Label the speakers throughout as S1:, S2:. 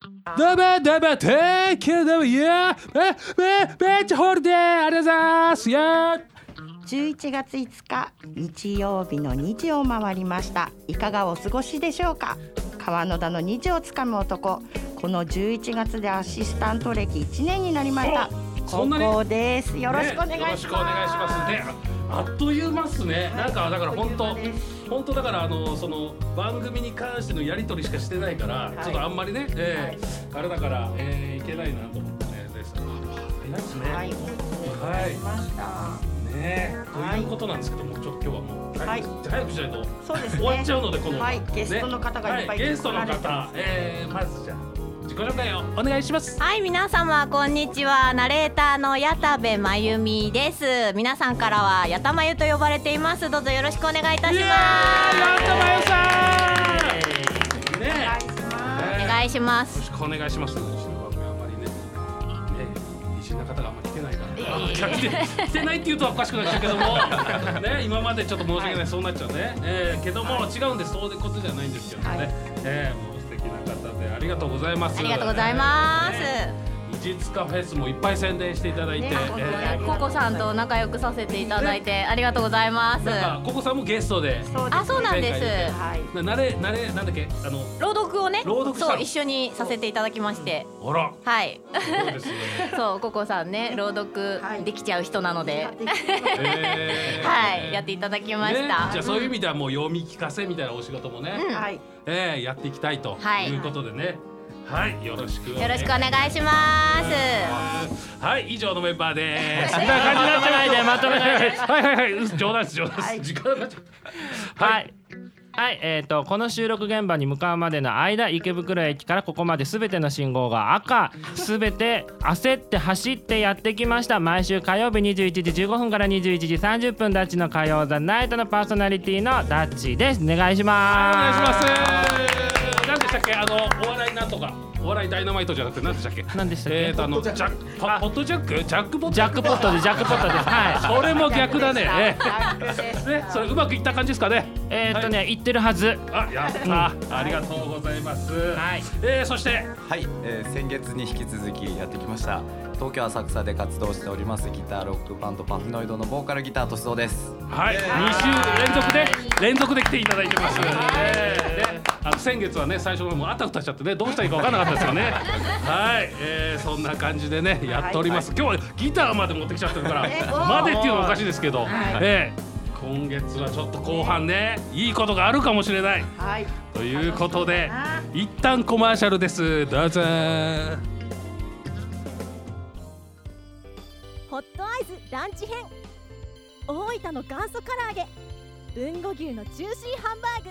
S1: どうもどうも、てーけどうも、いやー、め、め、めっちゃホールデー、ありがとうございます、いやー。
S2: 11月5日日曜日の2時を回りましたいかがお過ごしでしょうか川野田の2時をつかむ男この11月でアシスタント歴1年になりました
S1: そ
S2: こ
S1: んなに
S2: こですよろしくお願いし
S1: ねよ
S2: ま
S1: ろ
S2: す,、
S1: しくお願いしますねああっという間っすねなんかだから本
S2: あっ
S1: 当
S2: という間で
S1: 本当だからあのその番組に関してのやり取りしかしてないから、
S2: い
S1: ちょっとあんまりね、えーあれだから、えー、いけないなと思ってねですあ早いですね
S2: はい、
S1: はい
S2: 来ました、
S1: ね
S2: はい
S1: ということなんですけどもちょっと今日はもう、
S2: はい
S1: じゃあ早くしないと
S2: そうですね
S1: 終わっちゃうのでこの、
S2: はいゲストの方がいっぱい
S1: ねはいゲストの
S2: 来られてま
S1: 方、
S2: すね
S1: えー、まずじゃあ自己紹介をお願いします
S3: はい皆様こんにちはナレーターの矢田部真由美です皆さんからは矢田真由と呼ばれていますどうぞよろしくお願いいたし
S1: いや
S3: ま
S1: ーやったまよさんね
S2: お願いします
S3: すお願いしま
S1: よろしくお願いします。うち
S3: す
S1: の番組あんまりね、ね、理事な方があんま来てないから、あ来て来てないって言うとおかしくなっちゃうけども、ね、今までちょっと申し訳ない、そうなっちゃうね。えー、けども、違うんです、そういうことじゃないんですけどね。
S2: はい
S1: えーもう素敵な方でありがとうございます。
S3: ありがとうございます、
S1: す。ね、イジツカフェスもいっぱい宣伝していただいて、
S2: ね本当に
S1: え
S3: ココさんと仲良くさせていただいてありがとうございま
S1: ー
S3: す
S1: なんかココさんもゲストで、
S2: そうです
S3: あそうなんです
S2: はい
S1: な慣れ慣れなんだっけあの
S3: 朗読をね
S1: 朗読したの
S3: そう一緒にさせていただきまして
S1: あら、
S3: はい
S1: そうですよ ね。
S3: そうココさんね朗読
S2: はい
S3: できちゃう人なので
S1: えー
S3: はいやっていただきました、
S1: ね、じゃあそういう意味ではもう読み聞かせみたいなお仕事もね、
S3: うん
S2: はい
S1: えーやっていきたいと
S3: はい
S1: いうことでね、はい、よろしくお
S3: よろしくお願
S1: いし
S3: いしま
S1: ます。はい、以上のメンバー です。
S4: そんな感じになってないでまとめないで
S1: はいはいはい、うん冗談です冗談です。
S2: はい
S1: 時間がちょっと
S4: はい、はいえー、とこの収録現場に向かうまでの間池袋駅からここまで全ての信号が赤全て焦って走ってやってきました毎週火曜日21時15分から21時30分ダッチの火曜ザナイトのパーソナリティのダッチですお願いし
S1: お願い
S4: ま
S1: しま
S4: す
S1: す。何でしたっけ、あのお笑いなんとか、お笑いダイナマイトじゃなくて何でしたっけ？
S4: 何でしたっけ
S1: えーとあのジャックポポットジャック、ジャックポット
S4: ジャックポットでジャックポットですはい
S1: それも逆だね。え
S2: 逆でし
S1: ー
S2: た
S1: ね、それうまくいった感じですかね。
S4: えー、とね、言ってるはず
S1: あ、やった、ありがとうございます。
S4: はい
S1: えー、そして、
S5: はい、えー先月に引き続きやってきました東京浅草で活動しておりますギターロックバンドパフノイドのボーカルギターとしそうです
S1: はい、二週連続で、連続で来ていただいてます。えーね、あの先月はね、最初の方もあたふたしちゃってね、どうしたらいいかわからなかったですよ ね。はい、えー、そんな感じでね、やっております。今日はギターまで持ってきちゃってるから、
S2: え
S1: までっていうのはおかしいですけど、えー今月はちょっと後半ね、いいことがあるかもしれない。
S2: はい
S1: ということで、一旦コマーシャルです。どうぞ。
S6: ホットアイズランチ編大分の元祖唐揚げ豊後牛のジューシーハンバーグ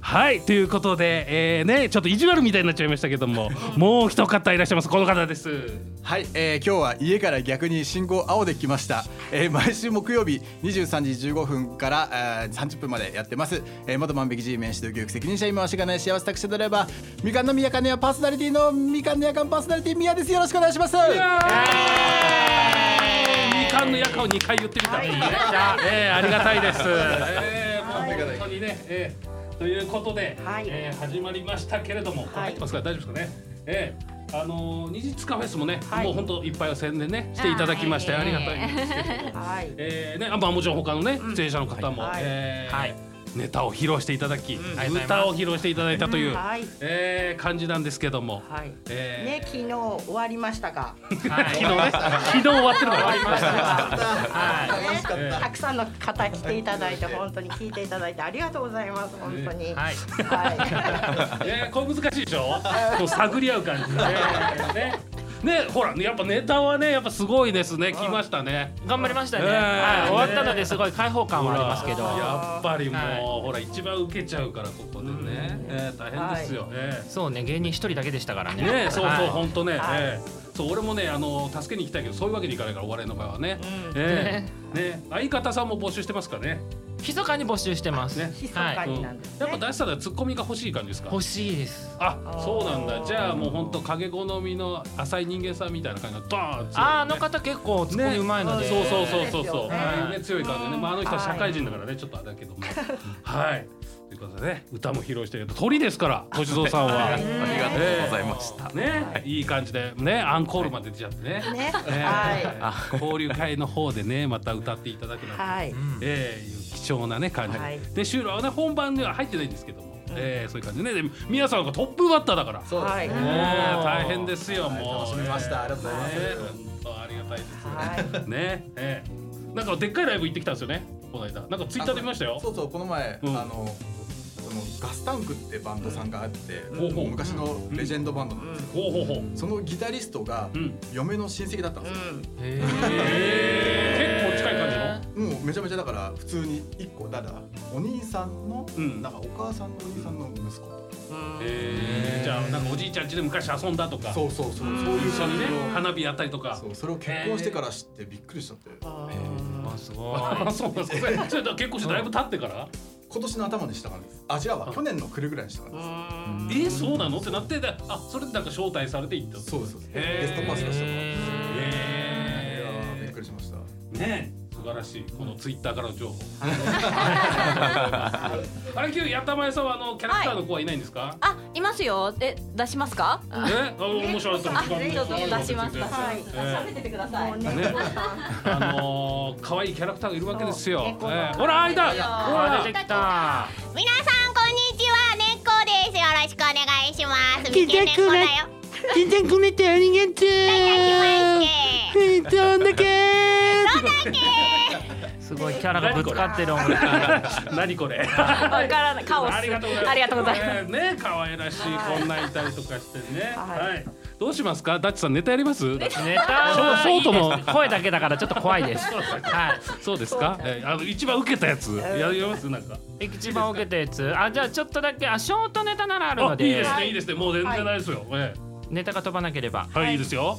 S1: はいということで、えーねちょっと意地悪みたいになっちゃいましたけどももう一方いらっしゃいますこの方です
S7: はい、えー今日は家から逆に信号青で来ました、えー毎週木曜日23時15分から、えー30分までやってます、えー元万引き G 面指導教育責任者今はしがない幸せタクシードライバーみかんのみやかねやパーソナリティのみかんのやかんパーソナリティみやですよろしくお願いします
S1: みかんの夜間を2回言ってみた、えーありがたいです、えーもう本当にね、えーということで、
S2: はい
S1: えー始まりましたけれども、
S2: はい
S1: 入ってますから大丈夫ですかね、えーあのー、二次カフェスもね、
S2: はい
S1: もう本当いっぱいは宣伝ねしていただきまして
S3: あー
S1: ありがたいんですけども、
S2: はい
S1: えーね、あまあもちろん他のね出演者の方も、
S2: はい
S1: えー
S4: はい
S1: ネタを披露していただき、
S4: ありがとうございます
S1: 歌を披露していただいたという、
S2: はい
S1: えー感じなんですけども、
S2: はいね
S1: え
S2: 昨日終わりましたが
S1: ー昨日ね昨日終わってるから終わりました
S4: は
S2: ね
S1: ええ
S2: たくさんの方来ていただいて本当に聞いていただいてありがとうございます本当に
S4: い、はい
S2: は
S1: えー、これ難しいでしょ こう探り合う感じでねね ねほらやっぱネタはねやっぱすごいですね来ましたね
S4: 頑張りましたね、
S1: えー
S4: はい、終わったのですごい開放感はありますけど
S1: ほらやっぱりもう、
S4: はい
S1: ほら一番受けちゃうからここでね、えー大変ですよ、えー
S4: そうね芸人一人だけでしたからね
S1: ねそうそう、
S4: はい
S1: ほんとね、
S2: はい
S1: えそう俺もねあの助けに行きたいけどそういうわけにいかないからお笑いの場合はね、ええね相方さんも募集してますからね
S4: 密かに募集してます。
S1: ね
S2: 密
S4: は
S2: か
S4: い。
S2: になんですね
S1: やっぱ出したらツッコミが欲しい感じですか
S4: 欲しいです。
S1: あそうなん
S2: あ
S1: だ
S2: ー
S1: じゃあもうほんと影好みの浅い人間さんみたいな感じがドーンって
S4: あーあの方結構ツッコミうまいので。
S1: そうそうそうそう
S2: そ
S1: そうう、
S2: です
S4: よ
S1: ね、強
S4: ね
S1: い感じでね、まあ、あの人は
S2: は
S1: 社
S2: い
S1: 会人だからねちょっとあれだけどもはいということでね歌も披露してるけど鳥ですから歳三さんは。
S5: ありがとうございました。
S1: ね、い、い感じでねアンコールまで出ちゃってね,、
S2: ね
S1: えー
S2: はい
S1: あ交流会の方でねまた歌っていただくなんて、
S2: はい
S1: えーいう貴重なね感じで,、
S2: はい
S1: で収録はね本番には入ってないんですけども、えーそういう感じでねで皆さんがトップバッターだから、ね
S5: そうですね。
S2: は
S1: え、大変ですよもう
S5: 楽しみました。ありがとうございます。
S1: ね本当ありがたいです
S2: はい
S1: ねええなんかでっかいライブ行ってきたんですよねこの間なんかツイッターで見ましたよ
S7: そうそうこの前、
S1: うん
S7: あのそのガスタンクってバンドさんがあって、
S1: ほうほう
S7: 昔のレジェンドバンドなんですよ、
S1: ほうほうほう
S7: そのギタリストが
S1: うん
S7: 嫁の親戚だったんですよ、
S1: ええ結構近い感じの
S7: もうめちゃめちゃだから普通に一個ただお兄さんの、
S1: うん
S7: なんかお母さんのお兄さんの息子、
S1: ええじゃあなんかおじいちゃん家で昔遊んだとか
S7: そうそうそう、そういう
S1: 一緒
S7: 感
S1: に
S7: じ
S1: ね
S7: の
S1: 花火やったりとか
S7: そうそれを結婚してから知ってびっくりしちゃって
S4: あすごい。
S1: あ そうなんですかそれそれだから結構してだいぶ経ってから、
S7: 今年の頭にしたからですあ違うわ去年の暮れぐらいにしたからで
S1: えーそうなのってなってだあそれでなんか招待されて行った
S7: すそうですそうです
S1: へー
S7: ゲストパス出したからい
S1: え
S7: やーびっくりしました
S1: えねえ素晴らしいこのツイッターからの情報 あれ今日やたまえさんはあのキャラクターの子はいないんですか、
S3: あ、いますよ。で、出しますか。
S1: え、あの面白かったら時間
S3: あちょっと出しま
S1: 全
S3: す
S1: 然
S3: はい
S1: え
S3: ててください。
S1: えね、あのー、可愛いキャラクターがいるわけですよ。
S2: そう
S1: え
S2: 猫の
S1: えほら、あいた。ほ
S4: あ
S1: ら
S4: 出、てきた。
S8: 皆さんこんにちはねっこですよろしくお願いします来てくれ
S9: 全然くれてありがとう。えーどんだけ。
S4: すごいキャラがぶつかってる音楽。
S1: 何これ。
S3: わからない。カオス。
S1: ありがとうございます。
S3: ありがとうございます。
S1: す。ね、可愛らしい、こんないたりとかしてね。
S2: はい
S1: はい。どうしますか、ダッチさん、ネタやります。
S4: ネタは
S1: ショートも
S4: いいです声だけだからちょっと怖いです。は
S1: そうですか。ええあの、一番受けたやつ、やります、なんか。
S4: い。一番受けたやつ。あじゃあちょっとだけあショートネタならある
S1: あ
S4: の、で。
S1: いいですね、いいですね、もう全然ないですよ。え
S4: ネタが飛ばなければ。
S1: えはい、いいですよ。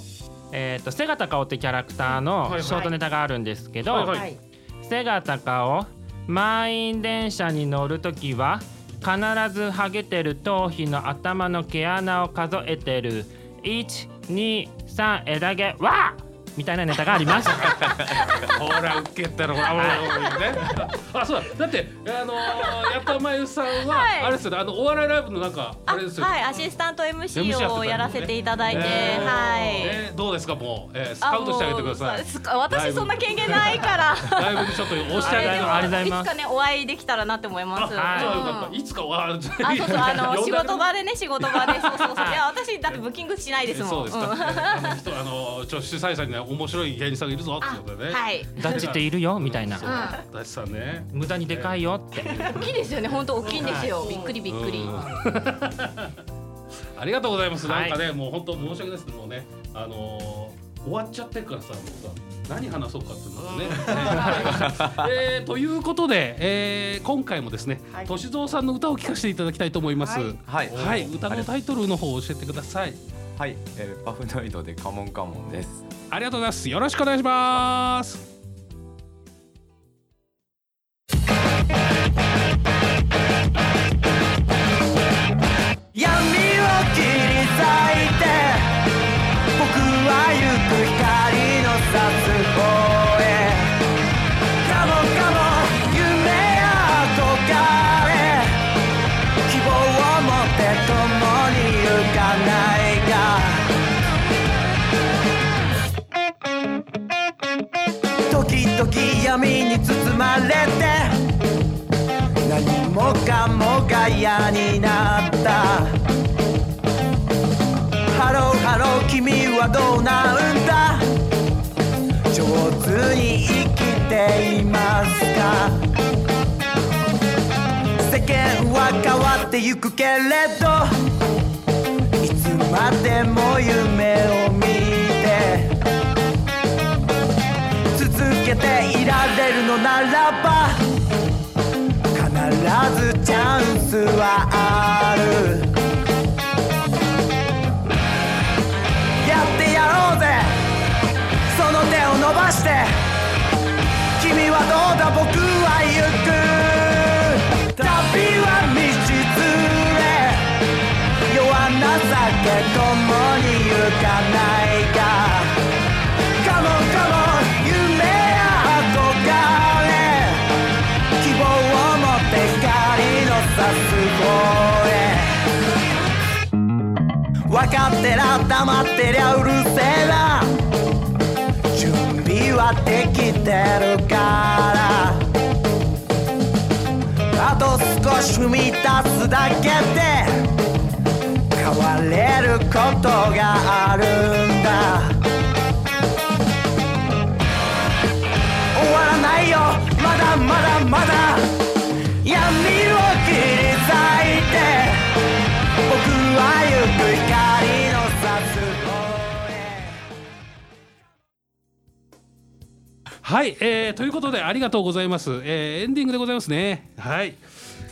S4: えっ、と瀬形顔ってキャラクターのショートネタがあるんですけど、
S1: はいはい
S2: はい
S4: セガタカオ満員電車に乗るときは必ずハゲてる頭皮の頭の毛穴を数えてる123枝毛わーみたいなネタがあり ます
S1: ほら受けたらほらほらほらね。 あそうだだって あのー、やたまゆさんは、
S3: はい
S1: あれですよねあのお笑いライブの中あれですよね。
S3: はい、アシスタント MC を
S1: MC
S3: やらせていただいて、
S1: ね
S3: はい。
S1: ねどうですかもう、えー、ス
S3: あ
S1: カウトしてあげてくださ
S3: も。
S1: いう
S3: す私そんな権限ないから。
S1: ライブにちょっと押してあげてくだ
S4: あ
S1: さい。
S4: りがとうござい
S3: い
S4: ます
S3: つかねお会いできたらなって思います。
S1: あじゃあよ
S3: うん
S1: かったいつかはあそう
S3: あ、そうそう、あの仕事場でね、仕事場で、そうそうそう、いや、私だってブッキングしないですもん。
S1: そうですか。
S3: ん
S1: あの人あのちょ主催者にね面白い芸人さんがいるぞってことでね。
S3: はい。
S4: ダッチっているよみたいな
S1: そうだしさんね。
S4: 無駄にでかいよって
S3: 大きいですよね、本当大きいんですよ、びっくりびっくり。
S1: うん ありがとうございます。
S4: はい
S1: なんかね、もう本当申し訳ないですけどもうね、あのー終わっちゃってからさ、もうさ、何話そうかっていうのがね。えーということで、えー今回もですね、
S2: はい
S1: 歳三さんの歌を聴かせていただきたいと思います。
S2: はい
S5: はい
S1: はい歌のタイトルの方を教えてください。
S5: はい、えーパフノイドでカモンカモンです。
S1: ありがとうございます。よろしくお願いします。
S9: 闇を切り裂いて僕は行く光のさす方へカモンカモン夢や憧れ希望を持って共に行かないか時々闇に包まれて何もかもが嫌になったハローハロー君はどうなんだ上手に生きていますか世間は変わってゆくけれどいつまでも夢を見て続けていられるのならば必ずチャンスはあるやってやろうして君はどうだ僕は行く旅は道連れ弱な情け共に行かないが Come on come on 夢や憧れ希望を持って光の差す方へ分かってりゃ黙ってりゃうるせえな準備はできてるからあと少し踏み出すだけで変われることがあるんだ終わらないよまだまだまだ闇を切り裂いて僕は行く光のさす方へ
S1: はい、えー、ということでありがとうございます、えー、エンディングでございますねはい、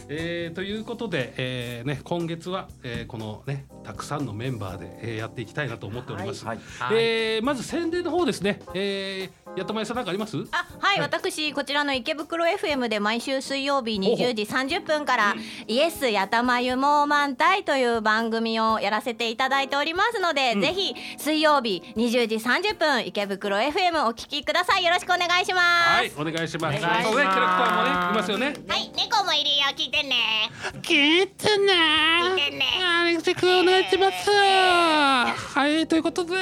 S1: えー、ということで、えーね、今月は、えー、このねたくさんのメンバーで、えー、やっていきたいなと思っております、
S5: はい
S1: えー、まず宣伝の方ですね、えー、やとまえさんなんかあります
S3: あはい、私こちらの池袋 FM で毎週水曜日20時30分から「イエスやたまゆもう満タという番組をやらせていただいておりますので、ぜひ水曜日20時30分池袋 FM お聞きくださいよろしくお願いします、
S1: はいお願いします
S4: お願いします
S1: そうねキャラクターもねいますよね
S8: はい、猫もいるよ、聞いてね。
S1: 聞いてね
S8: 聞いてね
S1: アレクセ君お願いしますはいということで、え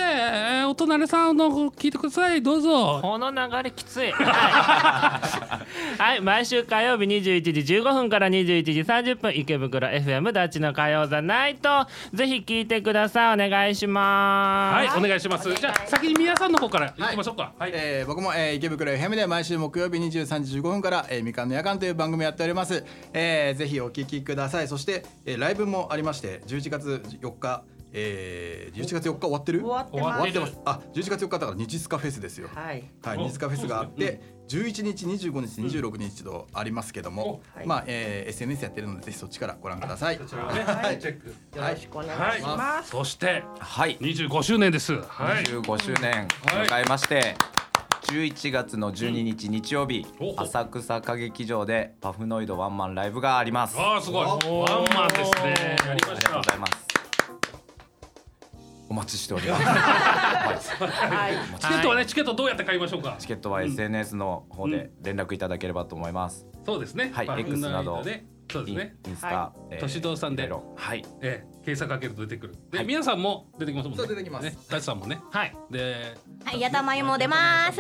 S1: ー、お隣さんの方聞いてくださいどうぞ
S4: この流れきつい。はい、はい毎週火曜日21時15分から21時30分池袋 FM ダチの火曜ザナイトぜひ聞いてくださいお願いします。
S1: はい、お願いします。じゃあ先に皆さんの方から行きましょうか。はい。
S7: えー僕も、えー池袋 FM で毎週木曜日23時15分から、えーみかんの夜間という番組やっております、えーぜひお聞きくださいそして、えーライブもありまして11月4日えー、11月4日終わってる
S2: 終わって
S1: ます
S7: 終わってますあ11月4日だから日スカフェスですよ
S2: はい
S7: はい、
S1: お
S7: ニズカフェスがあって、11日、25日、26日とありますけども、
S2: うん
S7: まあ、えー SNS やってるのでぜひそっちからご覧ください。
S1: はい、チェック。
S2: よろしくお願いします。
S1: そして
S5: はい
S1: 25周年です。はい。
S5: 25周年
S1: はい
S5: 迎えまして11月の12日日曜日
S1: おお
S5: 浅草歌劇場でパフノイドワンマンライブがありますあ
S1: ああすごい。ワンマンですね。やりま
S5: り
S1: し
S5: がと
S1: た
S5: うご。ざいますお待ちしておりますは
S2: は
S5: い
S2: い、
S1: チケットはね、チケットどうやって買いましょうか
S5: チ。ケットは SNS の方で連絡いただければと思います
S1: そうですね。
S5: はい
S1: バック
S5: X など
S1: ナイトでそうで
S5: イ
S1: す
S5: ン
S1: ね。
S5: インス
S2: は
S5: タえー
S1: 都市堂さんで
S5: いろいろはい
S1: ええ、検索かけると出てくる。
S5: は
S1: で、
S5: い
S1: 皆さんも出てきますもんね。
S7: そう出てきます
S1: ね。大地さんもね。
S4: はい
S1: で、
S3: はい、やたまゆも出ます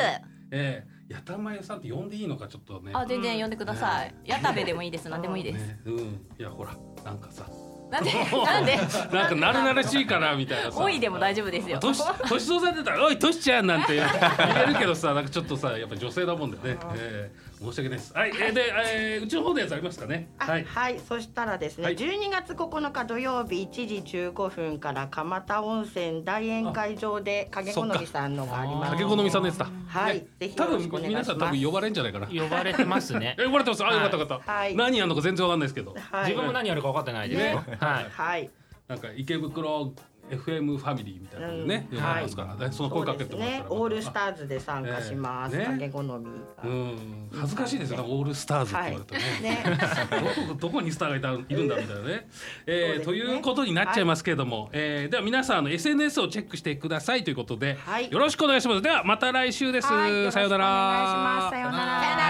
S1: ええ、やたまゆさんって呼んでいいのかちょっとね。
S3: あ全然呼んでください、やたべでもいいですなんでもいいです、
S1: ねうん。いやほら、なんかさ、
S3: なんでなん で
S1: なんか慣れ 慣れしいかなみたいなさ。
S3: 多いでも大丈夫ですよ
S1: とし、としそうさん出たら、おい、としちゃんなんて言えるけどさ、なんかちょっとさ、やっぱ女性だもんでね。えー申し訳ないです。はい、えーで、えーうちの方のやつありますかね。
S2: は、
S1: はいい。
S2: はい、そしたらですね、
S1: はい
S2: 12月9日土曜日1時15分から蒲田温泉大宴会場で影好みさんのがあります。
S1: 竹好みさんのやつだ。
S2: はい
S1: ね
S2: ぜひ
S1: 多
S2: よろしくお
S1: 分、
S2: 願いしま
S1: 皆
S2: す
S1: さん、多分呼ばれんじゃないかな。
S4: 呼ばれてますね。
S1: え呼ばれてます。あ、よかった、よかった。
S2: はい
S1: 何やんのか全然わかんないですけど。
S2: はい、
S4: 自分も何やるか分かってないですよ。はい。
S2: はい、
S1: なんか池袋 FM ファミリーみたいなのね、
S2: うん
S1: 呼ばれますからね。その声かけて
S2: そ
S1: も
S2: うです
S1: らった
S2: ね
S1: ら。。
S2: オールスターズで参加します。
S1: ええね
S2: 竹好みが。
S1: うん、恥ずかしいですよね、オールスターズって言われてね。
S2: ね、
S1: どこ どこにスターがいたいるんだみたいなね,、えー
S2: そうですね
S1: ということになっちゃいますけれども、えーでは皆さんあの SNS をチェックしてくださいということで、
S2: はい
S1: よろしくお願いしますではまた来週です、
S2: はい、よろしく
S1: さようなら
S2: お願いします。さようなら。